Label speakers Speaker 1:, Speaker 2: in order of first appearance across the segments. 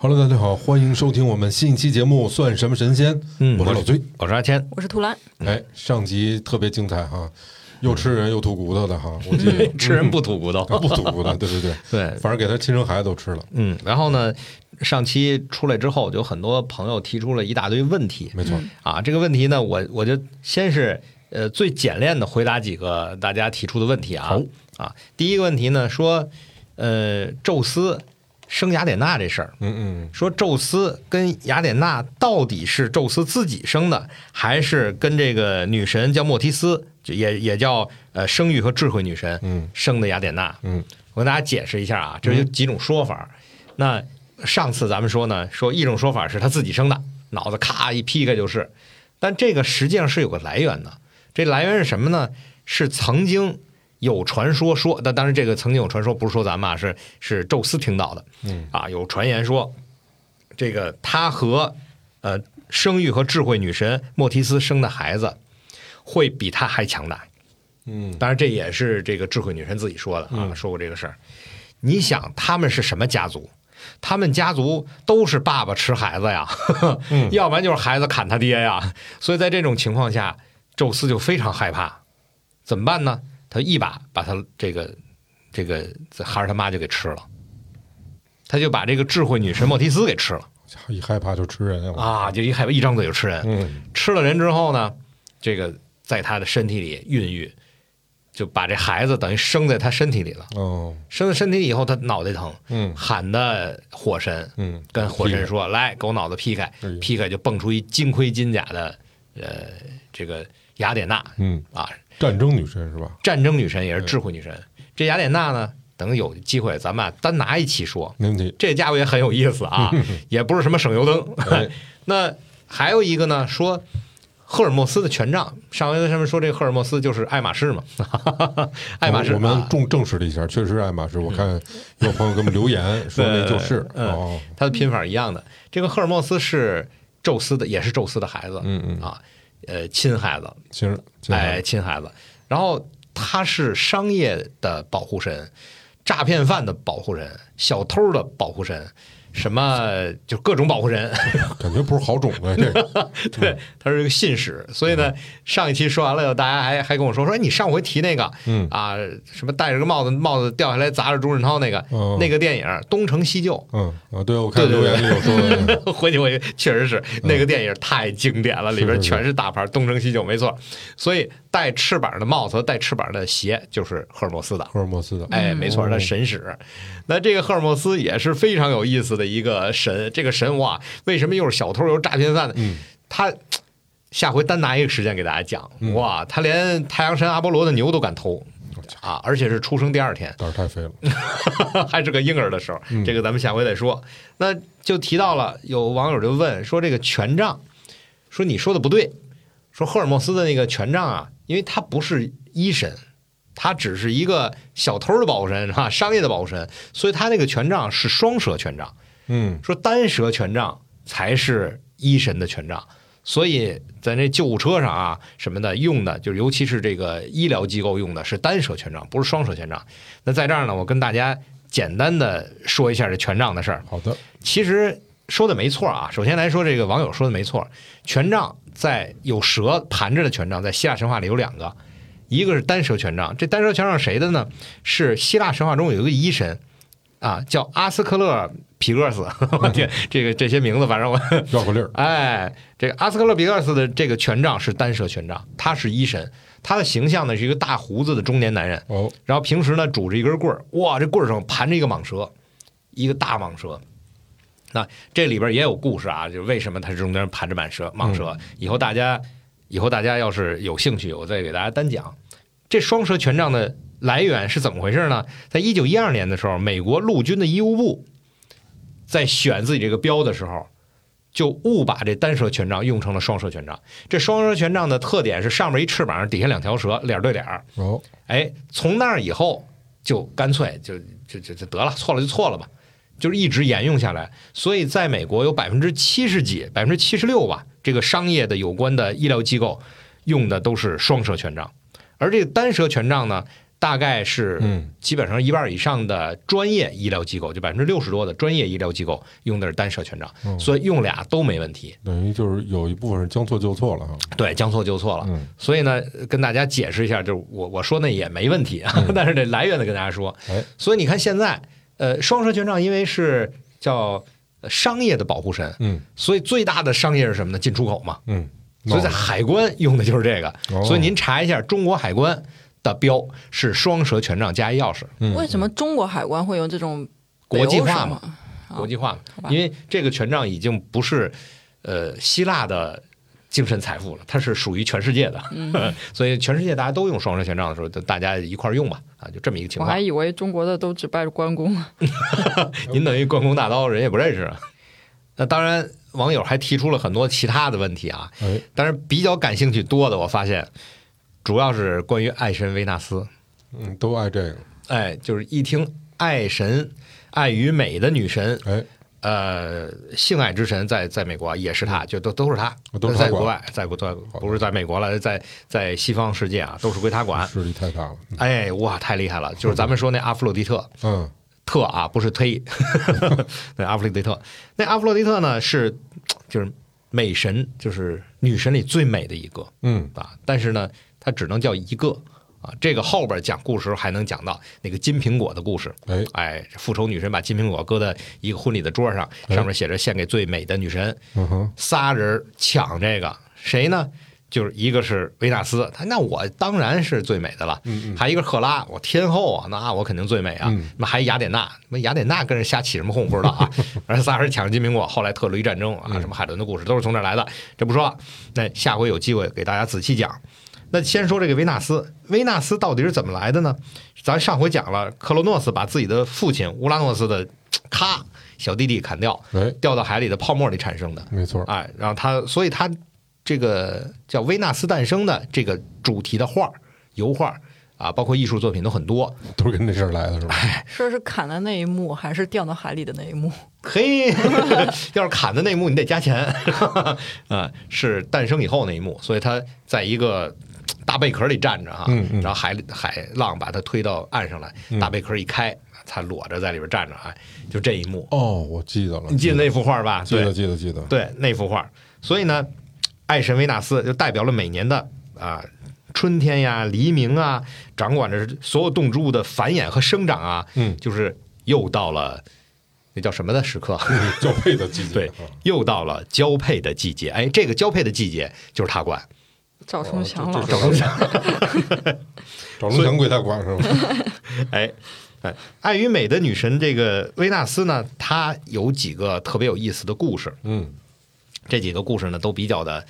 Speaker 1: Hello，大家好，欢迎收听我们新一期节目《算什么神仙》。
Speaker 2: 嗯
Speaker 1: 我是
Speaker 2: 我
Speaker 1: 老崔。
Speaker 2: 我是阿嗯谦，
Speaker 3: 我是图兰，
Speaker 1: 哎，上集特别精彩哈，
Speaker 2: 嗯
Speaker 1: 又吃人又吐骨头的哈，我记 得
Speaker 2: 吃人不吐骨头。
Speaker 1: 啊不吐骨头， 对对对，
Speaker 2: 对，
Speaker 1: 反正给他亲生孩子都吃了，
Speaker 2: 嗯，然后呢，上期出来之后，就很多朋友提出了一大堆问题
Speaker 1: 没错。
Speaker 2: 啊。这个问题呢，我我就先是呃最简练的回答几个大家提出的问题啊
Speaker 1: 好
Speaker 2: 啊。第一个问题呢，说呃宙斯生雅典娜这事儿，
Speaker 1: 嗯
Speaker 2: 说宙斯跟雅典娜到底是宙斯自己生的，还是跟这个女神叫莫提斯，就也也叫呃生育和智慧女神
Speaker 1: 嗯
Speaker 2: 生的雅典娜？
Speaker 1: 嗯
Speaker 2: 我跟大家解释一下啊，这有几种说法。那上次咱们说呢，说一种说法是他自己生的，脑子咔一劈开就是，但这个实际上是有个来源的。这来源是什么呢？是曾经有传说说，但当然这个曾经有传说不是说咱们啊，是是宙斯听到的。
Speaker 1: 嗯
Speaker 2: 啊，有传言说，这个他和呃生育和智慧女神莫提斯生的孩子会比他还强大。
Speaker 1: 嗯
Speaker 2: 当然，这也是这个智慧女神自己说的啊，
Speaker 1: 嗯
Speaker 2: 说过这个事儿。你想，他们是什么家族？他们家族都是爸爸吃孩子呀，
Speaker 1: 嗯
Speaker 2: 要不然就是孩子砍他爹呀。所以在这种情况下，宙斯就非常害怕，怎么办呢？他一把把他这个这个孩儿他妈就给吃了，他就把这个智慧女神莫提斯给吃了
Speaker 1: 嗯，一害怕就吃人啊，
Speaker 2: 啊，就一害怕一张嘴就吃人。
Speaker 1: 嗯
Speaker 2: 吃了人之后呢，这个在他的身体里孕育，就把这孩子等于生在他身体里了。
Speaker 1: 哦
Speaker 2: 生在身体里以后，他脑袋疼，
Speaker 1: 嗯
Speaker 2: 喊的火神
Speaker 1: 嗯，
Speaker 2: 跟火神说：“来，给我脑子劈开
Speaker 1: 哎呦！”
Speaker 2: 劈开就蹦出一金盔金甲的呃这个雅典娜
Speaker 1: 嗯，
Speaker 2: 啊，
Speaker 1: 战争女神是吧？
Speaker 2: 战争女神也是
Speaker 1: 嗯
Speaker 2: 智慧女神。这雅典娜呢，等有机会咱们啊单拿一期说，
Speaker 1: 没问 题。
Speaker 2: 这家伙也很有意思 啊，也不是什么省油灯。
Speaker 1: 哎，
Speaker 2: 那还有一个呢，说赫尔墨斯的权杖，上回他们说这赫尔墨斯就是爱马仕嘛， 爱马仕
Speaker 1: 我们
Speaker 2: 啊，
Speaker 1: 重证实了一下，确实爱马仕。我看有朋友给我们留 言说那就是
Speaker 2: 嗯
Speaker 1: 哦，
Speaker 2: 它的拼法一样的。这个赫尔墨斯是宙斯的，也是宙斯的孩子
Speaker 1: 嗯嗯，
Speaker 2: 啊，呃，亲孩子，
Speaker 1: 行，行
Speaker 2: 哎，，亲孩子。然后他是商业的保护神，诈骗犯的保护神，小偷的保护神，什么就各种保护神。
Speaker 1: 感觉不是好种子这 个。
Speaker 2: 对，他是一个信使，所以呢，上一期说完了以后，大家还还跟我说说，哎，你上回提那个，
Speaker 1: 嗯
Speaker 2: 啊，什么戴着个帽子，帽子掉下来砸着朱振涛那个、
Speaker 1: 哦
Speaker 2: 那个电影《东成西就
Speaker 1: 嗯啊，对，我看
Speaker 2: 对
Speaker 1: 留
Speaker 2: 对
Speaker 1: 言里有说的，》，
Speaker 2: 回去我也确实是那个电影太经典了，里边全嗯是大牌，《东成西就》没错。所以戴翅膀的帽子和戴翅膀的鞋就是赫尔墨斯的。
Speaker 1: 赫尔墨斯的，哦
Speaker 2: 哎，没错，那神使。那这个赫尔墨斯也是非常有意思的一个神，这个神哇，为什么又是小偷又是诈骗犯呢？
Speaker 1: 嗯
Speaker 2: 他下回单拿一个时间给大家讲
Speaker 1: 嗯。
Speaker 2: 哇，他连太阳神阿波罗的牛都敢偷啊！而且是出生第二天，
Speaker 1: 胆儿太肥了。
Speaker 2: 嗯还是个婴儿的时候
Speaker 1: 嗯。
Speaker 2: 这个咱们下回再说。那就提到了，有网友就问说这个权杖，说你说的不对，说赫尔墨斯的那个权杖啊，因为他不是一神。他只是一个小偷的保护神哈、商业的保护神，所以他那个权杖是双蛇权杖，
Speaker 1: 嗯
Speaker 2: 说单蛇权杖才是一神的权杖，所以在那救护车上啊什么的用的，就是尤其是这个医疗机构用的是单蛇权杖，不是双蛇权杖。那在这儿呢，我跟大家简单的说一下这权杖的事儿。
Speaker 1: 好的，
Speaker 2: 其实说的没错啊，首先来说，这个网友说的没错，权杖在有蛇盘着的权杖，在希腊神话里有两个，一个是单蛇权杖，这单蛇权杖谁的呢？是希腊神话中有一个医神啊，叫阿斯克勒皮厄斯， 我天，这个这些名字，反正我
Speaker 1: 绕口令儿。
Speaker 2: 哎，这个阿斯克勒比厄斯的这个权杖是单蛇权杖，他是医神，他的形象呢是一个大胡子的中年男人，
Speaker 1: 哦，
Speaker 2: 然后平时呢拄着一根棍儿，哇，这棍儿上盘着一个蟒蛇，一个大蟒蛇。那这里边也有故事啊，就是为什么它中间盘着蟒蛇？蟒蛇以后大家以后大家要是有兴趣，我再给大家单讲。这双蛇权杖的来源是怎么回事呢？在一九一二年的时候，美国陆军的医务部在选自己这个标的时候，就误把这单蛇权杖用成了双蛇权杖。这双蛇权杖的特点是上面一翅膀，底下两条蛇，脸对脸儿。
Speaker 1: 哦，
Speaker 2: 哎，从那儿以后就干脆就就就就得了，错了就错了吧，就是一直沿用下来。所以在美国有百分之七十几、百分之七十六吧，这个商业的有关的医疗机构用的都是双蛇权杖，而这个单蛇权杖呢，大概是
Speaker 1: 嗯
Speaker 2: 基本上一半以上的专业医疗机构，就百分之六十多的专业医疗机构用的是单射全掌，
Speaker 1: 嗯
Speaker 2: 所以用俩都没问题。
Speaker 1: 等于就是有一部分是将错就错了哈。
Speaker 2: 对，将错就错了。
Speaker 1: 嗯
Speaker 2: 所以呢，跟大家解释一下，就是我我说那也没问题，啊， 但是得来源的跟大家说。
Speaker 1: 哎
Speaker 2: 所以你看现在，呃，双蛇权杖因为是叫呃商业的保护神，
Speaker 1: 嗯
Speaker 2: 所以最大的商业是什么呢？进出口嘛。
Speaker 1: 嗯，
Speaker 2: 所以在海关用的就是这个。
Speaker 1: 哦
Speaker 2: 所以您查一下中国海关的标是双蛇权杖加一钥匙，
Speaker 1: 嗯
Speaker 3: 为什么中国海关会有这种
Speaker 2: 国际化嘛
Speaker 3: 嘛？哦
Speaker 2: 国际化嘛。
Speaker 3: 好吧
Speaker 2: 因为这个权杖已经不是呃希腊的精神财富了，它是属于全世界的。
Speaker 3: 嗯，
Speaker 2: 所以全世界大家都用双蛇权杖的时候，大家一块儿用吧，啊，就这么一个情
Speaker 3: 我
Speaker 2: 况
Speaker 3: 还。以为中国的都只拜关 公。
Speaker 2: 您等于关公大刀，人也不认识啊。那当然，网友还提出了很多其他的问题啊，
Speaker 1: 哎
Speaker 2: 但是比较感兴趣多的，我发现主要是关于爱神维纳斯。
Speaker 1: 嗯都爱这个
Speaker 2: 哎，就是一听爱神、爱与美的女神，
Speaker 1: 哎
Speaker 2: 呃，性爱之神在在美国啊也是她，就都都是她，
Speaker 1: 哦都是她
Speaker 2: 在
Speaker 1: 管
Speaker 2: 国外，在国在不是在美国了，在在西方世界啊，都是归她管。
Speaker 1: 势力太大了。
Speaker 2: 哎，哇，太厉害了！就是咱们说那阿弗洛狄特，
Speaker 1: 嗯
Speaker 2: 特啊，不是忒， 对阿弗洛狄特。那阿弗洛狄特呢是就是美神，就是女神里最美的一个
Speaker 1: 嗯
Speaker 2: 啊，但是呢，她只能叫一个啊。这个后边讲故事时候还能讲到那个金苹果的故事。
Speaker 1: 哎
Speaker 2: 哎，复仇女神把金苹果搁在一个婚礼的桌上，
Speaker 1: 哎
Speaker 2: 上面写着献给最美的女神，
Speaker 1: 嗯哼
Speaker 2: 仨人抢这个，谁呢？就是一个是维纳斯，他那我当然是最美的了，
Speaker 1: 嗯嗯
Speaker 2: 还有一个赫拉，我天后啊，那我肯定最美啊。
Speaker 1: 嗯
Speaker 2: 那还有雅典娜，那雅典娜跟人瞎起什么哄不知道啊。而仨人抢金苹果，后来特洛伊战争啊，
Speaker 1: 嗯
Speaker 2: 什么海伦的故事都是从这儿来的。这不说，那下回有机会给大家仔细讲。那先说这个维纳斯，维纳斯到底是怎么来的呢？咱上回讲了，克罗诺斯把自己的父亲乌拉诺斯的咔小弟弟砍掉，
Speaker 1: 哎
Speaker 2: 掉到海里的泡沫里产生的。
Speaker 1: 没错
Speaker 2: 哎，然后他，所以他这个叫《维纳斯诞生》的这个主题的画儿、油画儿啊，包括艺术作品都很多。
Speaker 1: 都是跟这事儿来的是 吧？
Speaker 3: 说是砍的那一幕，还是掉到海里的那 一幕？
Speaker 2: 嘿， 要是砍的那一幕，你得加钱 啊！是诞生以后那一幕，所以他在一个大贝壳里站着哈，
Speaker 1: 嗯嗯
Speaker 2: 然后海里海浪把他推到岸上来，大贝壳一开，他裸着在里边站着啊，就这一幕，
Speaker 1: 哦，我记得了，
Speaker 2: 你记得那幅画吧？
Speaker 1: 记
Speaker 2: 对
Speaker 1: 得记得记得，
Speaker 2: 对那幅画。所以呢，爱神维纳斯就代表了每年的啊、春天呀、黎明啊，掌管着所有动植物的繁衍和生长啊，
Speaker 1: 嗯，
Speaker 2: 就是又到了那叫什么的时刻，
Speaker 1: 交配的季节
Speaker 2: 对
Speaker 1: 啊
Speaker 2: 又到了交配的季节。哎，这个交配的季节就是他管，
Speaker 3: 赵忠祥
Speaker 1: 哦
Speaker 3: 老
Speaker 1: 这
Speaker 3: 师，
Speaker 1: 这 找龙翔归他管是 吧？
Speaker 2: 哎。哎，爱与美的女神这个维纳斯呢，她有几个特别有意思的故事。
Speaker 1: 嗯
Speaker 2: 这几个故事呢，都比较的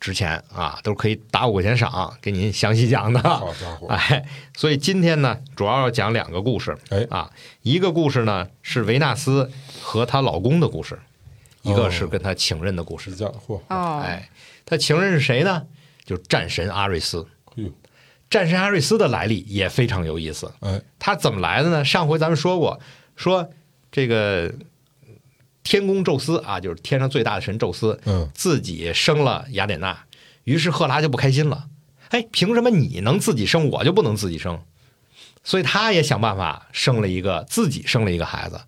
Speaker 2: 值钱啊，都可以打五块钱赏，给您详细讲的。
Speaker 1: 好家伙，
Speaker 2: 哎，所以今天呢，主要要讲两个故事。
Speaker 1: 哎
Speaker 2: 啊，一个故事呢是维纳斯和她老公的故事，一个
Speaker 1: 哦
Speaker 2: 是跟她情人的故事
Speaker 1: 这。家伙，
Speaker 3: 哦，
Speaker 2: 哎，她情人是谁呢？就是战神阿瑞斯。
Speaker 1: 哎呦，
Speaker 2: 战神阿瑞斯的来历也非常有意思。
Speaker 1: 哎，
Speaker 2: 他怎么来的呢？上回咱们说过，说这个天宫宙斯啊，就是天上最大的神宙斯，
Speaker 1: 嗯
Speaker 2: 自己生了雅典娜，于是赫拉就不开心了。哎，凭什么你能自己生，我就不能自己生？所以他也想办法生了一个自己生了一个孩子，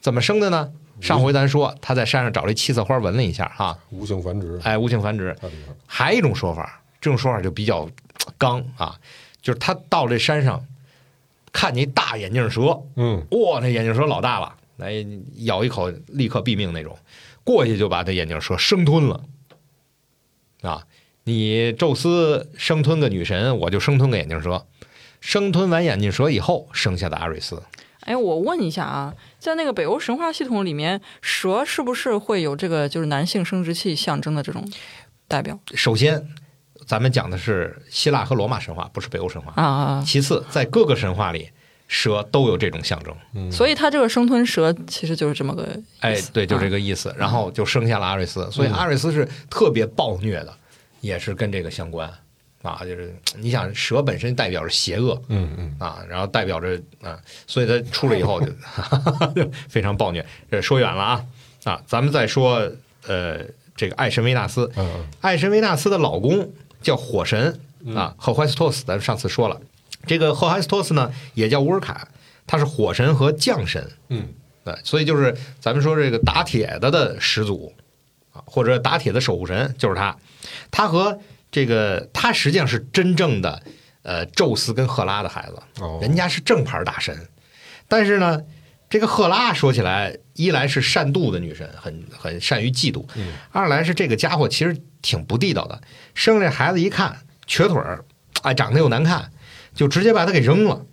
Speaker 2: 怎么生的呢？上回咱说他在山上找了一七色花闻了一下哈，
Speaker 1: 无性繁殖，
Speaker 2: 哎，无性繁殖。
Speaker 1: 太厉害了，
Speaker 2: 还有一种说法，这种说法就比较刚啊，就是他到这山上看见一大眼镜蛇，
Speaker 1: 嗯，
Speaker 2: 哇，那眼镜蛇老大了，来咬一口立刻毙命那种，过去就把这眼镜蛇生吞了。啊，你宙斯生吞个女神，我就生吞个眼镜蛇。生吞完眼镜蛇以后，生下的阿瑞斯，
Speaker 3: 哎，我问一下啊，在那个北欧神话系统里面，蛇是不是会有这个就是男性生殖器象征的这种代表
Speaker 2: 首先，咱们讲的是希腊和罗马神话，不是北欧神话。
Speaker 3: 啊啊？
Speaker 1: 嗯
Speaker 3: 啊
Speaker 2: 其次，在各个神话里，蛇都有这种象征。
Speaker 1: 嗯
Speaker 3: 所以他这个生吞蛇其实就是这么个意
Speaker 2: 哎
Speaker 3: 思，
Speaker 2: 对，就这
Speaker 3: 啊嗯
Speaker 2: 个意思。然后就生下了阿瑞斯，所以阿瑞斯是特别暴虐的，也是跟这个相关啊。就是你想，蛇本身代表着邪恶
Speaker 1: 嗯嗯，
Speaker 2: 啊，然后代表着啊，所以它出来以后就 就非常暴虐。这说远了啊啊，咱们再说呃，这个爱神维纳斯，
Speaker 1: 嗯嗯
Speaker 2: 爱神维纳斯的老公叫火神啊，赫淮斯托斯，咱们上次说了，这个赫哈斯托斯呢，也叫乌尔卡，他是火神和降神，
Speaker 1: 嗯
Speaker 2: 对，所以就是咱们说这个打铁的的始祖啊，或者打铁的守护神就是他。他和这个他实际上是真正的呃宙斯跟赫拉的孩子，
Speaker 1: 哦，
Speaker 2: 人家是正牌大神。但是呢，这个赫拉说起来，一来是善妒的女神，很很善于嫉妒；
Speaker 1: 嗯
Speaker 2: 二来是这个家伙其实挺不地道的，生这孩子一看瘸腿儿，哎，长得又难看，就直接把他给扔了。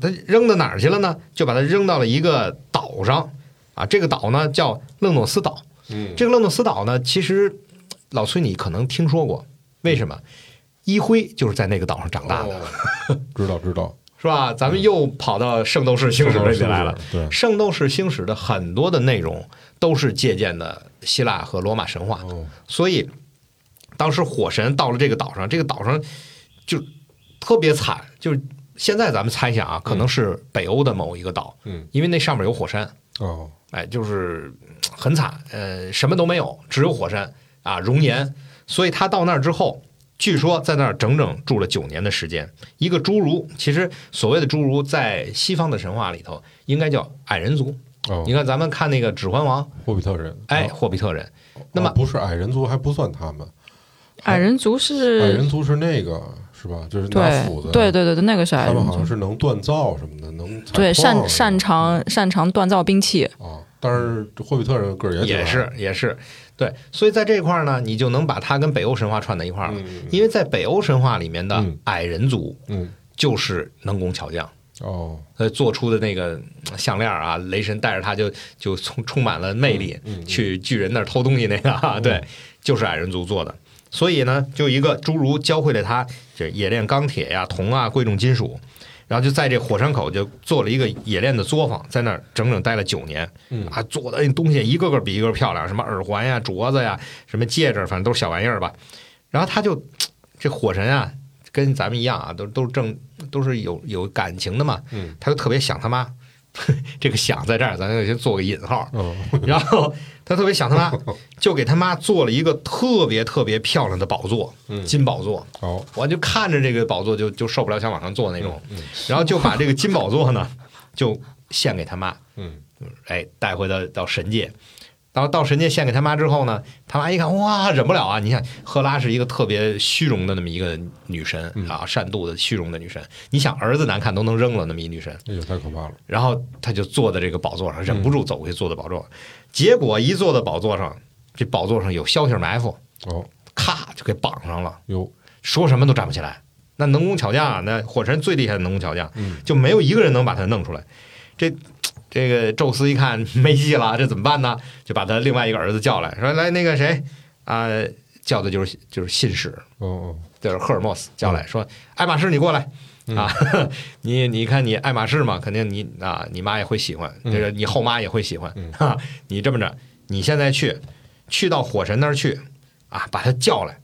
Speaker 2: 他扔到哪儿去了呢？就把他扔到了一个岛上啊，这个岛呢叫勒诺斯岛。
Speaker 1: 嗯
Speaker 2: 这个勒诺斯岛呢，其实老崔你可能听说过，为什么？一辉就是在那个岛上长大的。
Speaker 1: 哦知道知 道，
Speaker 2: 是吧？咱们又跑到《嗯圣斗士星矢》这里来了。
Speaker 1: 是，是
Speaker 2: 《
Speaker 1: 是
Speaker 2: 圣斗士星矢》的很多的内容都是借鉴的希腊和罗马神话
Speaker 1: 对，，哦
Speaker 2: 所以当时火神到了这个岛上，这个岛上就特别惨，就是现在咱们猜想啊，可能是北欧的某一个岛，
Speaker 1: 嗯
Speaker 2: 因为那上面有火山，
Speaker 1: 哦，
Speaker 2: 哎，就是嗯很惨，呃，什么都没有，只有火山啊，熔岩。所以他到那儿之后，据说在那儿整整住了九年的时间。一个侏儒，其实所谓的侏儒，在西方的神话里头应该叫矮人族。
Speaker 1: 哦
Speaker 2: 你，看，咱们看那个《指环王》，
Speaker 1: 霍比特人，
Speaker 2: 哎，
Speaker 1: 哦，
Speaker 2: 霍比特人，那么
Speaker 1: 哦不是矮人族还不算他们，
Speaker 3: 矮人族是
Speaker 1: 哎矮人族是那个是吧？就是拿
Speaker 3: 嗯对
Speaker 1: 斧子，
Speaker 3: 对对对对，那个是矮
Speaker 1: 他们
Speaker 3: 人
Speaker 1: 好像
Speaker 3: 族，
Speaker 1: 是能锻造什么的，能采
Speaker 3: 对
Speaker 1: 矿
Speaker 3: 擅擅
Speaker 1: 什么
Speaker 3: 长擅长锻造兵器，
Speaker 1: 的啊，但是这霍比特人个儿也挺
Speaker 2: 也
Speaker 1: 矮
Speaker 2: 是也是，对。所以在这块儿呢，你就能把它跟北欧神话串在一块儿了，
Speaker 1: 嗯
Speaker 2: 因为在北欧神话里面的
Speaker 1: 嗯
Speaker 2: 矮人族
Speaker 1: 嗯
Speaker 2: 就是能工巧匠。
Speaker 1: 哦，
Speaker 2: 呃做出的那个嗯项链啊，雷神戴着它就就充充满了魅力，
Speaker 1: 嗯嗯
Speaker 2: 去巨人那儿偷东西那个
Speaker 1: 嗯
Speaker 2: 啊，对，就是矮人族做的。所以呢，就一个侏儒教会了他这冶炼钢铁呀、铜啊、贵重金属，然后就在这火山口就做了一个冶炼的作坊，在那儿整整待了九年
Speaker 1: 嗯
Speaker 2: 啊，做的那东西一个个比一个漂亮，什么耳环呀、镯子呀、什么戒指，反正都是小玩意儿吧。然后他就这火神啊，跟咱们一样啊，都都是正都是有有感情的嘛，
Speaker 1: 嗯
Speaker 2: 他就特别想他妈， 这个想在这儿，咱就先做个引号。
Speaker 1: 哦
Speaker 2: 然后他特别想他妈，就给他妈做了一个特别特别漂亮的宝座，
Speaker 1: 嗯
Speaker 2: 金宝座。
Speaker 1: 好
Speaker 2: 我就看着这个宝座就就受不了，想往上坐那
Speaker 1: 嗯
Speaker 2: 种。然后就把这个金宝座呢，就献给他妈，
Speaker 1: 嗯
Speaker 2: 哎，带回到到神界。然后到神界献给他妈之后呢，他妈一看，哇，忍不了啊！你看，赫拉是一个特别虚荣的那么一个女神
Speaker 1: 嗯
Speaker 2: 啊，善妒的虚荣的女神。你想，儿子难看都能扔了，那么一女神，
Speaker 1: 哎呦太可怕了，
Speaker 2: 然后他就坐在这个宝座上，忍不住走过去坐在宝座上。结果一坐在宝座上，这宝座上有消息埋伏，
Speaker 1: 哦
Speaker 2: 咔就给绑上了，
Speaker 1: 哟
Speaker 2: 说什么都站不起来。那能工巧匠啊，那火神最厉害的能工巧匠，
Speaker 1: 嗯
Speaker 2: 就没有一个人能把他弄出来。这这个宙斯一看没戏了，这怎么办呢？就把他另外一个儿子叫来，说来那个谁啊、叫的就是就是信使，
Speaker 1: 哦哦
Speaker 2: 就是赫尔墨斯叫
Speaker 1: 嗯
Speaker 2: 来说：“爱马仕，你过来啊！ 你你看你爱马仕嘛，肯定你啊，你妈也会喜欢，
Speaker 1: 嗯
Speaker 2: 这个你后妈也会喜欢
Speaker 1: 嗯
Speaker 2: 哈、你这么着，你现在去，去到火神那儿去啊，把他叫来，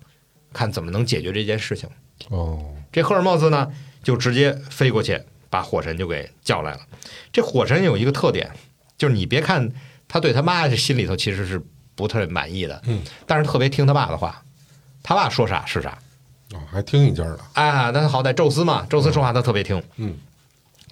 Speaker 2: 看怎么能解决这件事情。
Speaker 1: 哦
Speaker 2: 这赫尔墨斯呢，就直接飞过去，把火神就给叫来了。这火神有一个特点，就是你别看他对他妈是心里头其实是不太满意的，
Speaker 1: 嗯，
Speaker 2: 但是特别听他爸的话，他爸说啥是啥。”
Speaker 1: 哦还听一家的，
Speaker 2: 啊，那好歹宙斯嘛，宙斯说话他特别听，
Speaker 1: 嗯，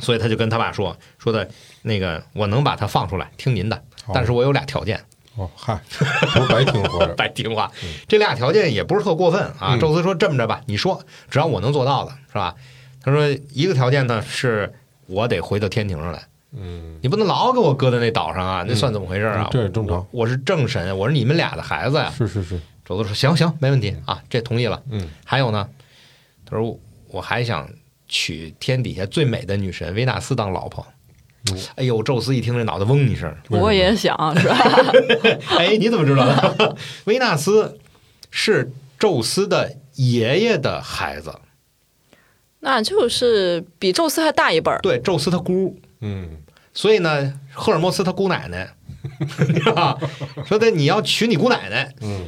Speaker 2: 所以他就跟他爸说说的，那个我能把他放出来，听您的，
Speaker 1: 好
Speaker 2: 但是我有俩条件，
Speaker 1: 哦嗨，不是白听活着，
Speaker 2: 白听话
Speaker 1: 嗯，
Speaker 2: 这俩条件也不是特过分啊。
Speaker 1: 嗯
Speaker 2: 宙斯说这么着吧，你说，只要我能做到的，是吧？他说一个条件呢是我得回到天庭上来，
Speaker 1: 嗯
Speaker 2: 你不能老给我搁在那岛上啊，那算怎么回事啊？
Speaker 1: 这也正常，
Speaker 2: 我是正神，我是你们俩的孩子呀、
Speaker 1: 是是是，
Speaker 2: 宙斯说行行，没问题啊，这同意了。
Speaker 1: 嗯
Speaker 2: 还有呢，他说我还想娶天底下最美的女神维纳斯当老婆
Speaker 1: 嗯。
Speaker 2: 哎呦，宙斯一听这脑袋嗡一声，
Speaker 1: 为什么
Speaker 3: 我也想是吧？
Speaker 2: 哎，你怎么知道的？ 维纳斯是宙斯的爷爷的孩子，
Speaker 3: 那就是比宙斯还大一辈儿，
Speaker 2: 对，宙斯他姑，
Speaker 1: 嗯
Speaker 2: 所以呢，赫尔墨斯他姑奶奶， 你知道吧说的你要娶你姑奶奶，
Speaker 1: 嗯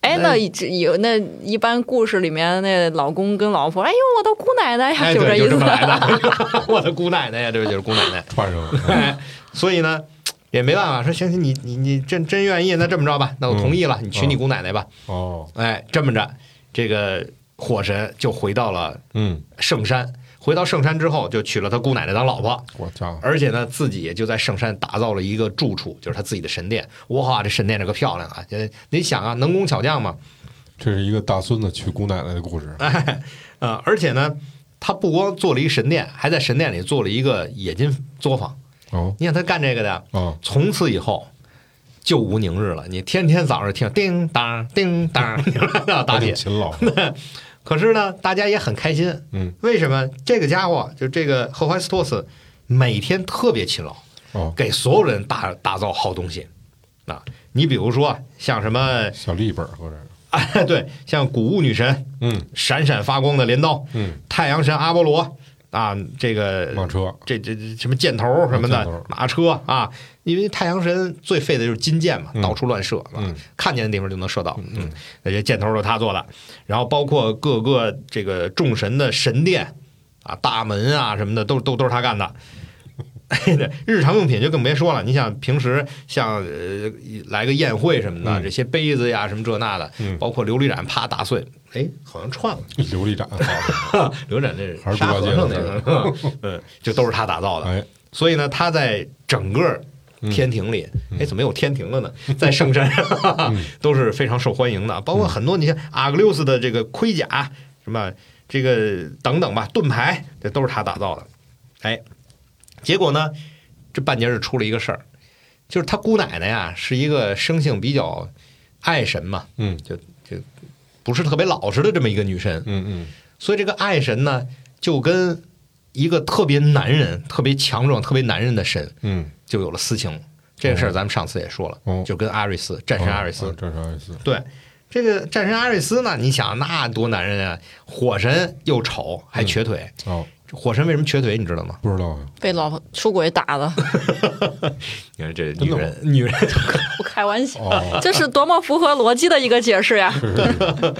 Speaker 3: 哎，那一直有那一般故事里面那老公跟老婆，哎呦，我的姑奶奶呀，
Speaker 2: 哎，
Speaker 3: 就这
Speaker 2: 对，
Speaker 3: 意
Speaker 2: 就这。
Speaker 3: 思
Speaker 2: 么来 的， 我的姑奶奶呀，这就是姑奶奶。
Speaker 1: 串上了，
Speaker 2: 哎， 所以呢，也没办法，说行行，你你你真真愿意，那这么着吧，那我同意了，你娶你姑奶奶吧。
Speaker 1: 哦
Speaker 2: 哎，这么着，这个火神就回到了
Speaker 1: 嗯
Speaker 2: 圣山。回到圣山之后，就娶了他姑奶奶当老婆，
Speaker 1: 我操，
Speaker 2: 而且呢，自己也就在圣山打造了一个住处，就是他自己的神殿。哇，这神殿这个漂亮啊！呃你想啊，能工巧匠嘛，
Speaker 1: 这是一个大孙子娶姑奶奶的故事。
Speaker 2: 呃，而且呢，他不光做了一神殿，还在神殿里做了一个冶金作坊。
Speaker 1: 哦
Speaker 2: 你看他干这个的，
Speaker 1: 哦，
Speaker 2: 从此以后就无宁日了。你天天早上听叮当叮当打
Speaker 1: 挺
Speaker 2: 铁，
Speaker 1: 勤劳。
Speaker 2: 可是呢，大家也很开心。
Speaker 1: 嗯，
Speaker 2: 为什么？这个家伙就这个赫淮斯托斯，每天特别勤劳，
Speaker 1: 哦，
Speaker 2: 给所有人打打造好东西。啊，你比如说像什么，
Speaker 1: 小立本儿合着。
Speaker 2: 对，像古物女神
Speaker 1: 嗯
Speaker 2: 闪闪发光的镰刀，
Speaker 1: 嗯，
Speaker 2: 太阳神阿波罗啊，这个
Speaker 1: 马车。
Speaker 2: 这这这什么箭头什么
Speaker 1: 啊箭
Speaker 2: 的
Speaker 1: 头，
Speaker 2: 马车啊，因为太阳神最废的就是金箭嘛，
Speaker 1: 嗯
Speaker 2: 到处乱射，啊
Speaker 1: 嗯
Speaker 2: 看见的地方就能射到。
Speaker 1: 嗯，
Speaker 2: 那些箭头都是他做的，然后包括各个这个众神的神殿啊、大门啊什么的，都都都是他干的。 日常用品就更别说了，你想平时像呃来个宴会什么的，
Speaker 1: 嗯
Speaker 2: 这些杯子呀什么这那的，
Speaker 1: 嗯
Speaker 2: 包括琉璃盏啪打碎，哎，好像串了。
Speaker 1: 琉璃盏。
Speaker 2: 刘展这
Speaker 1: 还是
Speaker 2: 沙
Speaker 1: 猪八
Speaker 2: 和
Speaker 1: 戒
Speaker 2: 尚那
Speaker 1: 的
Speaker 2: 个， 嗯，就都是他打造的。
Speaker 1: 哎，嗯
Speaker 2: 所以呢，他在整个天庭里，哎，怎么有天庭了呢？在圣山上
Speaker 1: 嗯
Speaker 2: 都是非常受欢迎的，包括很多你像阿格琉斯的这个盔甲，什么这个等等吧，盾牌，这都是他打造的。哎，结果呢，这半截儿就出了一个事儿，就是他姑奶奶呀，是一个生性比较爱神嘛，
Speaker 1: 嗯
Speaker 2: 不是特别老实的这么一个女神。
Speaker 1: 嗯嗯，
Speaker 2: 所以这个爱神呢，就跟一个特别男人、特别强壮、特别男人的神
Speaker 1: 嗯，
Speaker 2: 就有了私情。这个事儿咱们上次也说了，
Speaker 1: 哦
Speaker 2: 就跟阿瑞斯战神阿瑞斯，
Speaker 1: 哦战神阿瑞斯。
Speaker 2: 对这个战神阿瑞斯呢，你想那多男人啊！火神又丑还瘸腿，
Speaker 1: 哦，
Speaker 2: 火神为什么瘸腿你知道吗？
Speaker 1: 不知道啊。
Speaker 3: 被老婆出轨打的，
Speaker 2: 你看这
Speaker 1: 真
Speaker 2: 女
Speaker 1: 的吗
Speaker 2: 人，女人
Speaker 3: 不开 玩笑，
Speaker 1: 哦，
Speaker 3: 这是多么符合逻辑的一个解释呀！
Speaker 1: 是是是。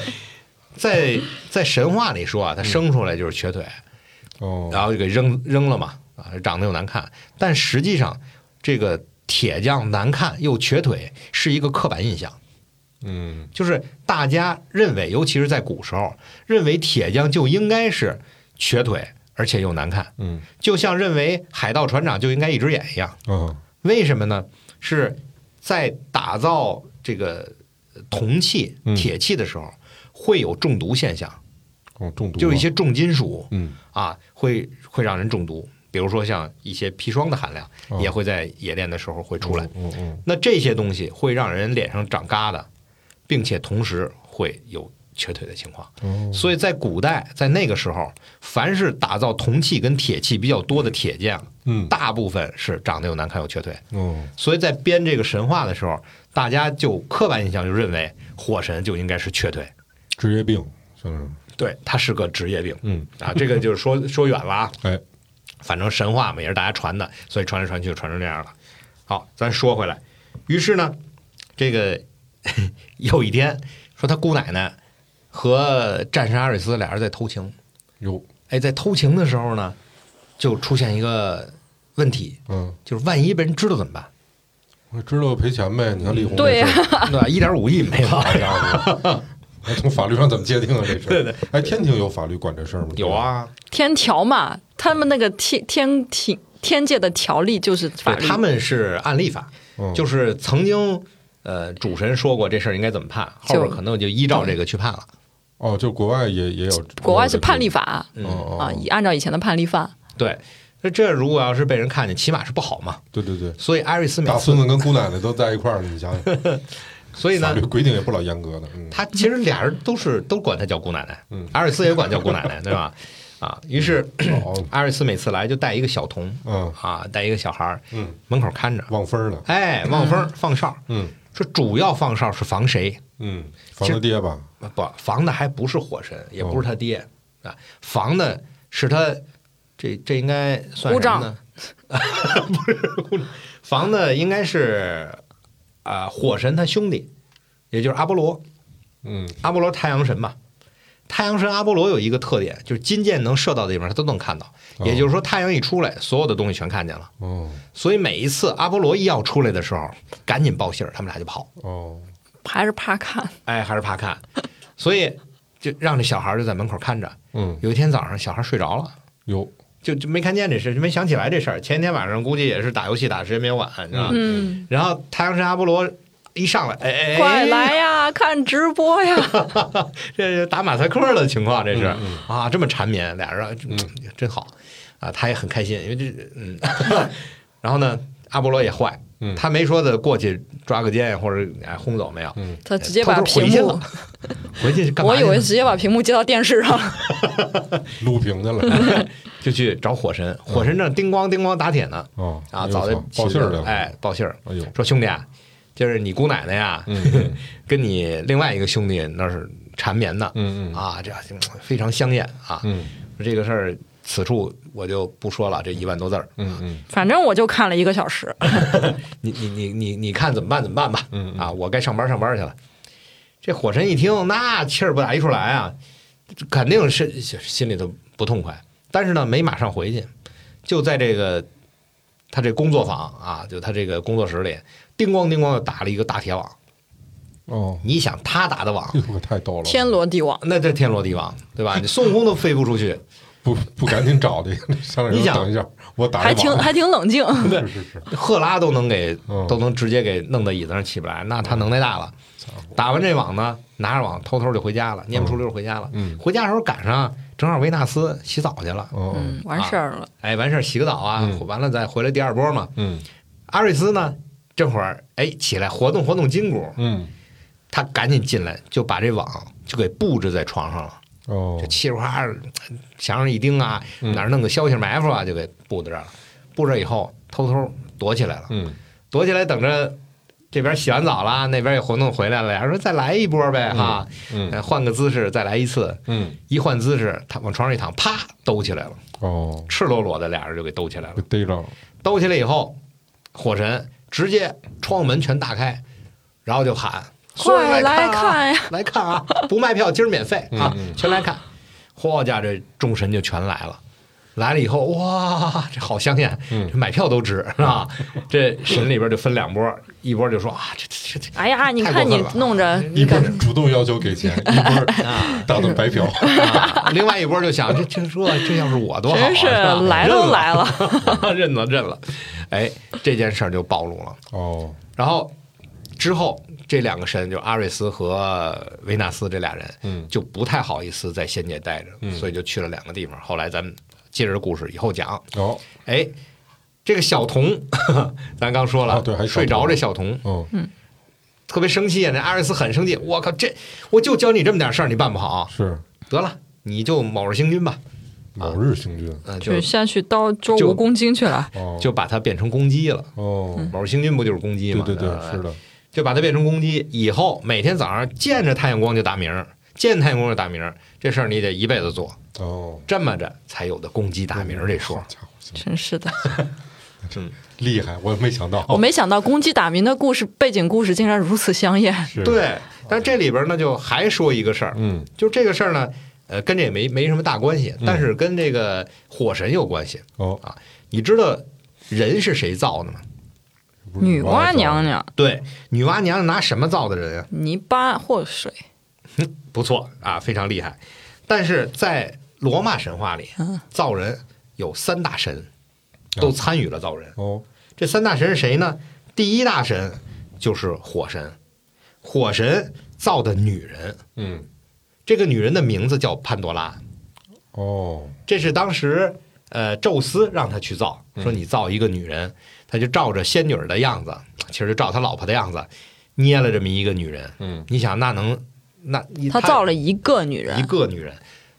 Speaker 2: 在在神话里说啊，她生出来就是瘸腿，
Speaker 1: 哦，
Speaker 2: 然后就给扔扔了嘛，啊，长得又难看。但实际上，这个铁匠难看又瘸腿是一个刻板印象，
Speaker 1: 嗯
Speaker 2: 就是大家认为，尤其是在古时候，认为铁匠就应该是瘸腿，而且又难看，
Speaker 1: 嗯
Speaker 2: 就像认为海盗船长就应该一只眼一样。
Speaker 1: 哦，
Speaker 2: 为什么呢？是在打造这个铜器
Speaker 1: 嗯、
Speaker 2: 铁器的时候，会有中毒现象，
Speaker 1: 哦，中毒了。
Speaker 2: 就是一些重金属。
Speaker 1: 嗯
Speaker 2: 啊，会会让人中毒。比如说像一些砒霜的含量，
Speaker 1: 哦
Speaker 2: 也会在冶炼的时候会出来。
Speaker 1: 嗯嗯
Speaker 2: 那这些东西会让人脸上长疙瘩，并且同时会有瘸腿的情况。
Speaker 1: 嗯。哦
Speaker 2: 所以在古代，在那个时候，凡是打造铜器跟铁器比较多的铁匠，
Speaker 1: 嗯
Speaker 2: 大部分是长得又难看又瘸腿。
Speaker 1: 哦
Speaker 2: 所以在编这个神话的时候，大家就刻板印象就认为火神就应该是瘸腿，
Speaker 1: 职业病，算是
Speaker 2: 对，他是个职业病
Speaker 1: 嗯
Speaker 2: 啊。这个就是说说远了啊。
Speaker 1: 哎
Speaker 2: 反正神话嘛，也是大家传的，所以传来传去就传成这样了。好，咱说回来，于是呢，这个 有一天说他姑奶奶和战神阿瑞斯俩人在偷情，
Speaker 1: 有
Speaker 2: 哎，在偷情的时候呢，就出现一个问题，
Speaker 1: 嗯，
Speaker 2: 就是万一被人知道怎么 办？
Speaker 1: 我知道赔钱呗，你看李红
Speaker 3: 对呀
Speaker 1: 这事儿
Speaker 2: 对吧？一点五亿没 了。
Speaker 1: 好家伙， 还从法律上怎么界定啊？这事儿
Speaker 2: 对对，
Speaker 1: 哎，天庭有法律管这事儿吗？
Speaker 2: 有，啊，
Speaker 3: 天条嘛，他们那个天天庭天界的条例就是法律，
Speaker 2: 他们是按立法，
Speaker 1: 嗯
Speaker 2: 就是曾经呃主神说过这事儿应该怎么判，后边
Speaker 3: 就
Speaker 2: 可能就依照这个去判了。
Speaker 1: 哦，就国外也也有，
Speaker 3: 国外是判例
Speaker 1: 法
Speaker 3: 法
Speaker 2: 嗯
Speaker 1: 哦
Speaker 3: 啊，
Speaker 1: 哦，
Speaker 3: 按照以前的判例法，
Speaker 2: 对，那这如果要是被人看见，起码是不好嘛。
Speaker 1: 对对对，
Speaker 2: 所以艾瑞斯每
Speaker 1: 大
Speaker 2: 次
Speaker 1: 孙，子跟姑奶奶都在一块儿了，你 想想，
Speaker 2: 所以
Speaker 1: 法
Speaker 2: 呢
Speaker 1: 律，规定也不老严格的，嗯
Speaker 2: 他其实俩人都是都管他叫姑奶奶，
Speaker 1: 嗯
Speaker 2: 艾瑞斯也管叫姑奶 奶，对吧？啊，于是
Speaker 1: 好，
Speaker 2: 艾瑞斯每次来就带一个小童
Speaker 1: 嗯
Speaker 2: 啊，带一个小孩儿，
Speaker 1: 嗯，
Speaker 2: 门口看着，
Speaker 1: 忘分儿了，
Speaker 2: 哎，望风放哨，
Speaker 1: 嗯
Speaker 2: 说主要放哨是防谁？
Speaker 1: 嗯，防他爹吧，
Speaker 2: 不，防的还不是火神，也不是他爹啊，防的是他这这应该算
Speaker 3: 姑
Speaker 2: 什么
Speaker 3: 丈
Speaker 2: 呢？不是姑丈，防的应该是啊、火神他兄弟，也就是阿波罗。
Speaker 1: 嗯
Speaker 2: 阿波罗太阳神嘛。太阳神阿波罗有一个特点，就是金箭能射到的地方，他都能看到。
Speaker 1: 哦
Speaker 2: 也就是说，太阳一出来，所有的东西全看见了。
Speaker 1: 哦
Speaker 2: 所以每一次阿波罗一要出来的时候，赶紧报信儿，他们俩就跑。
Speaker 1: 哦，
Speaker 3: 还是怕看。
Speaker 2: 哎，还是怕看，所以就让这小孩儿就在门口看着。
Speaker 1: 嗯
Speaker 2: 有一天早上，小孩儿睡着了，
Speaker 1: 有
Speaker 2: 就就没看见这事，就没想起来这事儿。前一天晚上估计也是打游戏打时间比较晚，你知道吗？
Speaker 3: 嗯，
Speaker 2: 然后太阳神阿波罗一上来，哎哎，哎
Speaker 3: 快来呀，看直播 呀！
Speaker 2: 这是打马赛克的情况，这是、
Speaker 1: 嗯
Speaker 2: 啊，这么缠绵，俩人啊
Speaker 1: 嗯
Speaker 2: 真好啊，他也很开心，因为这嗯， 然后呢，阿波罗也坏，
Speaker 1: 嗯
Speaker 2: 他没说的过去抓个奸或者哎轰走没有，
Speaker 1: 嗯
Speaker 3: 他直接把
Speaker 2: 偷偷
Speaker 3: 屏
Speaker 2: 回去
Speaker 3: 幕
Speaker 2: 了，回去干嘛
Speaker 3: 我
Speaker 2: 去
Speaker 3: 以
Speaker 2: 呢？
Speaker 3: 为直接把屏幕接到电视上了。
Speaker 1: 录屏去 了
Speaker 2: 就去找火神，火神
Speaker 1: 嗯
Speaker 2: 正叮咣叮咣打铁呢
Speaker 1: 哦
Speaker 2: 啊，早就
Speaker 1: 报信儿去了，
Speaker 2: 哎，报信儿
Speaker 1: 哎呦，
Speaker 2: 说兄弟啊，就是你姑奶奶呀，
Speaker 1: 嗯嗯
Speaker 2: 跟你另外一个兄弟那是缠绵的
Speaker 1: 嗯嗯
Speaker 2: 啊，这嗯非常香艳啊，
Speaker 1: 嗯
Speaker 2: 这个事儿此处我就不说了，这一万多字儿，
Speaker 1: 嗯嗯
Speaker 3: 反正我就看了一个小时，
Speaker 2: 哎你你你你你看怎么办怎么办吧，
Speaker 1: 嗯
Speaker 2: 啊，我该上班上班去了。这火神一听，那气儿不打一处来啊，肯定是心里头不痛快。但是呢，没马上回去，就在这个他这工作坊啊，就他这个工作室里，叮咣叮咣的打了一个大铁网。
Speaker 1: 哦，
Speaker 2: 你想他打的网
Speaker 1: 哎，呦可太逗了，
Speaker 3: 天罗地网。
Speaker 2: 那这天罗地网，对 吧？你孙悟空都飞不出去。
Speaker 1: 不不赶紧找的，商量
Speaker 2: 你想
Speaker 1: 等一下，我打
Speaker 3: 还
Speaker 1: 这
Speaker 3: 挺
Speaker 2: 啊
Speaker 1: 网
Speaker 3: 还挺冷静，
Speaker 2: 嗯
Speaker 1: 是是是，
Speaker 2: 赫拉都能给
Speaker 1: 嗯
Speaker 2: 都能直接给弄到椅子上起不来，那他能耐大了。
Speaker 1: 家伙
Speaker 2: 打完这网呢，拿着网偷偷就回家了，蔫不出溜儿回家了。
Speaker 1: 嗯
Speaker 2: 回家的时候赶上正好维纳斯洗澡去了，
Speaker 1: 哦
Speaker 3: 嗯，完事儿了。
Speaker 2: 哎，完事儿洗个澡啊，
Speaker 1: 嗯
Speaker 2: 完了再回来第二波嘛。
Speaker 1: 嗯
Speaker 2: 阿瑞斯呢，这会儿哎起来活动活动筋骨，
Speaker 1: 嗯
Speaker 2: 他赶紧进来就把这网就给布置在床上了，
Speaker 1: 哦
Speaker 2: 就气儿哗，墙上一钉啊，
Speaker 1: 嗯
Speaker 2: 哪儿弄个消息埋伏啊，就给布在这儿了。布置以后偷偷躲起来了。
Speaker 1: 嗯
Speaker 2: 躲起来等着这边洗完澡啦，那边有活动回来了，俩人说再来一波呗哈，
Speaker 1: 嗯
Speaker 2: 呃换个姿势再来一次。
Speaker 1: 嗯
Speaker 2: 一换姿势，他往床上一躺，啪兜起来了，
Speaker 1: 哦，
Speaker 2: 赤裸裸的俩人就给兜起来了
Speaker 1: 被。逮着了，
Speaker 2: 兜起来以后，火神直接窗户门全打开，然后就喊：“所有
Speaker 3: 快
Speaker 2: 人来
Speaker 3: 来
Speaker 2: 看啊，
Speaker 3: 看呀！
Speaker 2: 来看啊！不卖票，今儿免费啊
Speaker 1: 嗯嗯，
Speaker 2: 全来看！”嚯家这众神就全来了。来了以后，哇，这好香艳，
Speaker 1: 嗯
Speaker 2: 这买票都值是吧？这神里边就分两波，一波就说啊，这这这
Speaker 3: 哎呀，你
Speaker 2: 太
Speaker 3: 看
Speaker 2: 过分
Speaker 3: 你
Speaker 2: 了啊
Speaker 3: 弄着，
Speaker 1: 一
Speaker 3: 你
Speaker 1: 波
Speaker 3: 看
Speaker 1: 是主动要求给钱，一波是 打算白 嫖，
Speaker 2: 这、啊，另外一波就想，这这说这要是我多好、啊，
Speaker 3: 真是
Speaker 2: 吧
Speaker 3: 来都来了。
Speaker 2: 认了认了，哎，这件事儿就暴露了。
Speaker 1: 哦
Speaker 2: 然后之后这两个神，就阿瑞斯和维纳斯这俩人，
Speaker 1: 嗯
Speaker 2: 就不太好意思在仙界待着，
Speaker 1: 嗯
Speaker 2: 所以就去了两个地方。后来咱们接着故事以后讲。
Speaker 1: 哦
Speaker 2: 哎，这个小童， 咱刚说了，
Speaker 1: 哦对还有小童
Speaker 2: 睡着这小童
Speaker 1: 哦
Speaker 3: 嗯
Speaker 2: 特别生气啊，那阿瑞斯很生气，我靠，这我就教你这么点事儿，你办不好，
Speaker 1: 是
Speaker 2: 得了，你就卯日行军吧，
Speaker 1: 某日行军
Speaker 2: 嗯， 就
Speaker 3: 去先去刀捉
Speaker 2: 就
Speaker 3: 蜈蚣精去了，
Speaker 1: 哦
Speaker 2: 就把它变成公鸡了。
Speaker 1: 哦
Speaker 3: 嗯
Speaker 2: 卯日行军不就是公鸡
Speaker 1: 对
Speaker 2: 吗？
Speaker 1: 对对
Speaker 2: 吧
Speaker 1: 是的
Speaker 2: 就把它变成公鸡，以后每天早上见着太阳光就打鸣儿，见太阳光就打鸣儿，这事儿你得一辈子做，
Speaker 1: 哦嗯
Speaker 2: 这么着才有的公鸡打鸣儿这说
Speaker 1: 好。家伙行
Speaker 3: 真是
Speaker 2: 哦
Speaker 3: 的。
Speaker 1: 厉害，我没想到
Speaker 3: 我没想到公鸡打鸣的故事背景故事竟然如此香艳。
Speaker 1: 是
Speaker 2: 对，但这里边呢就还说一个事儿，
Speaker 1: 嗯
Speaker 2: 就这个事儿呢，呃，跟这也没没什么大关系，但是跟这个火神有关系。
Speaker 1: 哦
Speaker 2: 你知道人是谁造的吗？嗯
Speaker 1: 不是
Speaker 3: 女娲娘娘，
Speaker 2: 对，女娲娘娘拿什么造的人啊？
Speaker 3: 泥巴或水，
Speaker 2: 不错啊，非常厉害。但是在罗马神话里
Speaker 3: 嗯，
Speaker 2: 造人有三大神都参与了造人。
Speaker 1: 哦
Speaker 2: 这三大神是谁呢？第一大神就是火神，火神造的女人，
Speaker 1: 嗯
Speaker 2: 这个女人的名字叫潘多拉，
Speaker 1: 哦
Speaker 2: 这是当时呃宙斯让他去造，
Speaker 1: 嗯
Speaker 2: 说你造一个女人，他就照着仙女儿的样子，其实就照他老婆的样子捏了这么一个女人。
Speaker 1: 嗯
Speaker 2: 你想那能那
Speaker 3: 她造了一个女
Speaker 2: 一
Speaker 3: 人，
Speaker 2: 个女人，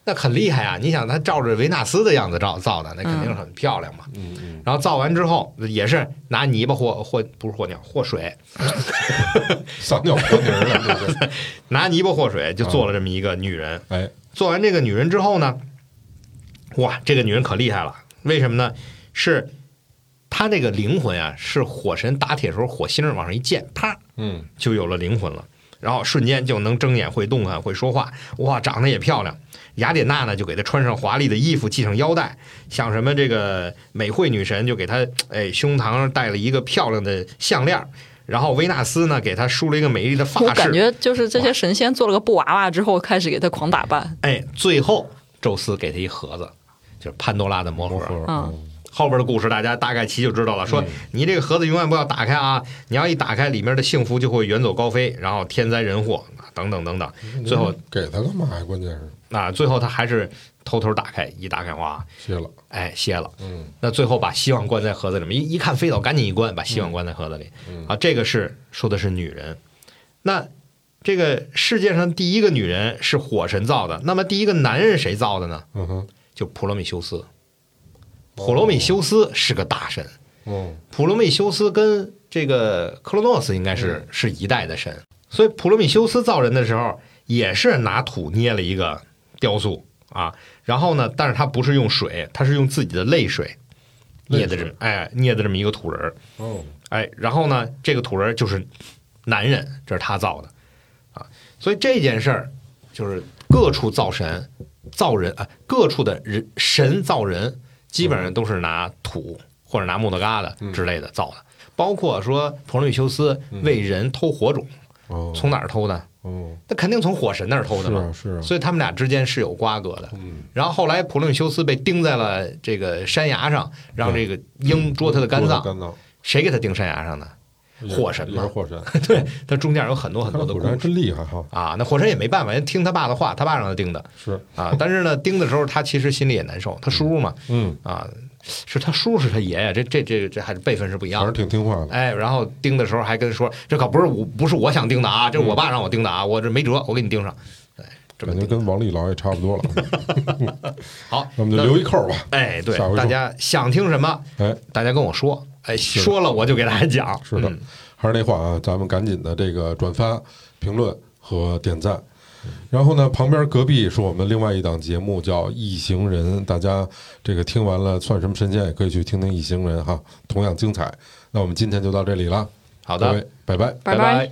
Speaker 2: 那很厉害啊！你想他照着维纳斯的样子造造的，那肯定很漂亮嘛。
Speaker 1: 嗯嗯
Speaker 2: 然后造完之后，也是拿泥巴或或不是或尿或水，
Speaker 1: 撒尿泼泥儿了对不对？
Speaker 2: 拿泥巴和水就做了这么一个女人。
Speaker 1: 哎
Speaker 2: 做完这个女人之后呢，哇，这个女人可厉害了，为什么呢？是她那个灵魂啊，是火神打铁时候火星儿往上一溅，啪
Speaker 1: 嗯
Speaker 2: 就有了灵魂了。然后瞬间就能睁眼，会动啊弹，会说话，哇，长得也漂亮。雅典娜呢，就给她穿上华丽的衣服，系上腰带，像什么这个美惠女神，就给她哎胸膛上戴了一个漂亮的项链儿。然后维纳斯呢，给她梳了一个美丽的发饰。
Speaker 3: 我感觉就是这些神仙做了个布娃娃之后，开始给她狂打扮。
Speaker 2: 哎，最后宙斯给他一盒子，就是潘多拉的魔
Speaker 1: 魔
Speaker 2: 盒。
Speaker 1: 盒，
Speaker 3: 嗯
Speaker 1: 嗯
Speaker 2: 后边的故事大家大概其就知道了。说你这个盒子永远不要打开啊！你要一打开，里面的幸福就会远走高飞，然后天灾人祸等等等等。最后
Speaker 1: 给他干嘛呀？关键是
Speaker 2: 那最后他还是偷偷打开，一打开哇，
Speaker 1: 谢了，
Speaker 2: 哎，歇了。
Speaker 1: 嗯
Speaker 2: 那最后把希望关在盒子里面，一一看飞岛，赶紧一关，把希望关在盒子里。
Speaker 1: 嗯
Speaker 2: 啊，这个是说的是女人。那这个世界上第一个女人是火神造的，那么第一个男人谁造的呢？
Speaker 1: 嗯哼，
Speaker 2: 就普罗米修斯。普罗米修斯是个大神，
Speaker 1: 嗯
Speaker 2: 普罗米修斯跟这个克罗诺斯应该是是一代的神，所以普罗米修斯造人的时候也是拿土捏了一个雕塑啊，然后呢，但是他不是用水，他是用自己的泪水捏的这么哎捏的这么一个土人儿，
Speaker 1: 哦，
Speaker 2: 哎，然后呢，这个土人就是男人，这是他造的啊，所以这件事儿就是各处造神、造人啊，各处的人神造人，基本上都是拿土或者拿木头疙
Speaker 1: 嗯
Speaker 2: 瘩之类的造的，包括说普罗米修斯为人偷火种，
Speaker 1: 哦
Speaker 2: 从哪儿偷的？
Speaker 1: 哦，
Speaker 2: 那肯定从火神那儿偷的
Speaker 1: 是
Speaker 2: 嘛
Speaker 1: 啊，是啊，
Speaker 2: 所以他们俩之间是有瓜葛的。
Speaker 1: 嗯，
Speaker 2: 然后后来普罗米修斯被钉在了这个山崖上，让这个鹰捉他的肝脏，
Speaker 1: 肝脏，
Speaker 2: 谁给他钉山崖上的？
Speaker 1: 也
Speaker 2: 火神
Speaker 1: 也
Speaker 2: 嘛
Speaker 1: 是火神，
Speaker 2: 对，它中间有很多很
Speaker 1: 他
Speaker 2: 多
Speaker 1: 的火
Speaker 2: 的故
Speaker 1: 神还
Speaker 2: 事
Speaker 1: 真厉害哈，
Speaker 2: 啊。那火神也没办法，人听他爸的话，他爸让他盯的
Speaker 1: 是，
Speaker 2: 啊。但是呢，盯的时候他其实心里也难受，他叔嘛
Speaker 1: 嗯，
Speaker 2: 啊，是他叔是他爷爷，这这这这还是辈分是不一
Speaker 1: 反正
Speaker 2: 样
Speaker 1: 挺
Speaker 2: 的。
Speaker 1: 听话的，
Speaker 2: 哎，然后盯的时候还跟说，这可不是我，不是我想盯的啊，这是我爸让我盯的啊，我这没辙，我给你盯上。哎，这么
Speaker 1: 嗯感觉
Speaker 2: 盯
Speaker 1: 跟王力老也差不多了，
Speaker 2: 好，
Speaker 1: 那我们就留一扣吧。
Speaker 2: 那哎，对
Speaker 1: 下回，说
Speaker 2: 大家想听什么，
Speaker 1: 哎，
Speaker 2: 大家跟我说，哎，
Speaker 1: 的
Speaker 2: 说了我就给大家讲。
Speaker 1: 是的
Speaker 2: 嗯，
Speaker 1: 还是那话啊，咱们赶紧的这个转发、评论和点赞。
Speaker 2: 嗯
Speaker 1: 然后呢，旁边隔壁是我们另外一档节目，叫《异行人》，大家这个听完了算什么神仙，也可以去听听《异行人》哈，同样精彩。那我们今天就到这里了，
Speaker 2: 好
Speaker 1: 好
Speaker 2: 的，
Speaker 1: 拜拜。
Speaker 3: 拜
Speaker 2: 拜。